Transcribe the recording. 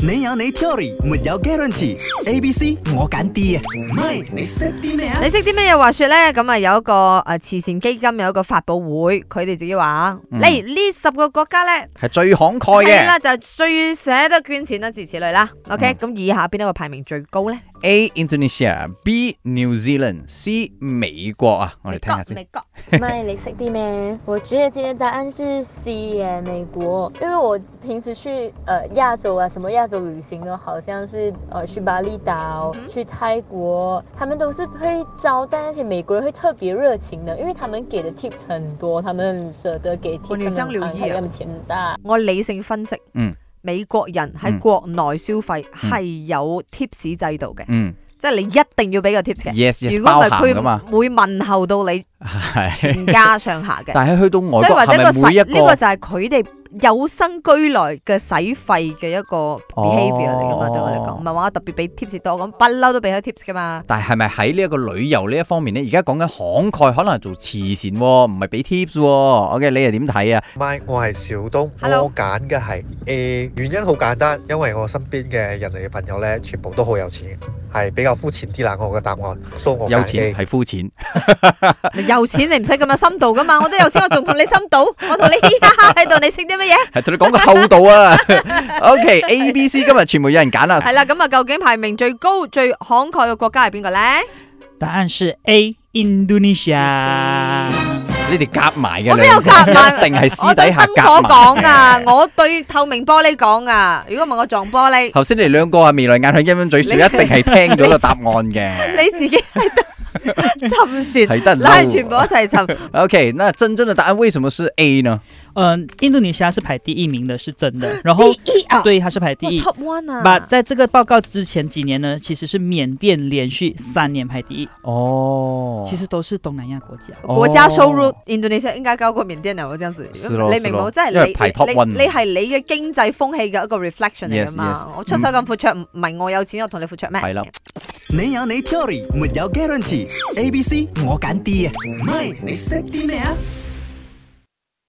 你有你 theory，沒有 guarantee。A、B、C 我揀 D 啊，唔係你識啲咩啊你？識啲咩嘢話說呢？咁啊有一個誒慈善基金有一個發佈會，佢哋自己話，嗯哦例如呢十個國家呢，係最慷慨係啦嘅。就最捨得捐錢啦，諸如此類啦。OK，咁嗯以下邊一個排名最高呢？ A Indonesia，B New Zealand，C 美國啊，我哋聽下先。美國， 麦，你识啲咩？我觉得今天答案是 C 耶，美国。因为我平时去呃亚洲啊，什么亚洲旅行呢，好像是呃去巴厘岛、嗯去泰国，他们都是会招待那些美国人，会特别热情的，因为他们给的 tips 很多，他们很舍得给哦 tips，你他这们样留慷意慨啊他们钱很大。我理性分析，嗯美國人喺嗯國內消費係有 tips 制度嘅，嗯即係你一定要俾個 tips 嘅。 ，yes yes，如果唔包係，含噶嘛佢，會問候到你係。全家上下 嘅。但係去到外國所以或者個係使咪每一呢個個就係佢哋有生俱來嘅使費嘅一個 behavior 嚟噶嘛？對我嚟講，唔係話我特別俾 tips 多，咁不嬲都俾咗 tips 噶嘛。但係咪喺呢一個旅遊呢一方面呢？而家講緊慷慨，可能係做慈善喎，唔係俾 tips 喎。OK，你又點睇啊？ My，我係小東 Hello 我揀嘅係 A，原因好簡單，因為我身邊嘅人哋嘅朋友呢，全部都好有錢，係比較膚淺啲啦。我嘅答案，所以我有揀 A 錢。係膚淺，你有錢你唔使咁有深度噶 嘛，我都有錢，我仲同你深度，我同你嘻哈哈喺度，你識啲乜嘢？係同你講個厚度 啊。OK，A、B、C 今日全部有人揀啦。係啦，咁啊，究竟排名最高、最慷慨嘅國家係邊個咧？答案是 A Indonesia。你哋夾埋嘅，我邊有你哋夾埋一定係私我對底燈下火夾埋講啊，嘅我對透明玻璃講啊，如果唔係我撞玻璃。頭先你兩個啊，眉來眼去，陰 陰嘴笑，你一定係聽咗個答案嘅。 你自己喺度沉船，係得拉撈全部一齊沉。 OK，那真正的答案為什麼是 A 呢？嗯、印度尼西亚是排第一名的，是真的。然后第一啊，对，它是排第哇一。 ，Top One 啊，把在这个报告之前几年呢，其实是缅甸连续三年排第一，哦其实都是东南亚国家。國家哦 show root Indonesia 應該交過緬甸啊人喎，真是是咯你明冇？是咯即係因為你排 top 你 one 啊你係你嘅經濟風氣嘅一個 reflection 嚟㗎 Yes, yes 嘛。我出手咁闊綽，唔唔係我有錢，我同你闊綽咩？係啦。你有你 theory，沒有 guarantee。A、B、C 我揀 D 啊，唔係你識啲咩啊？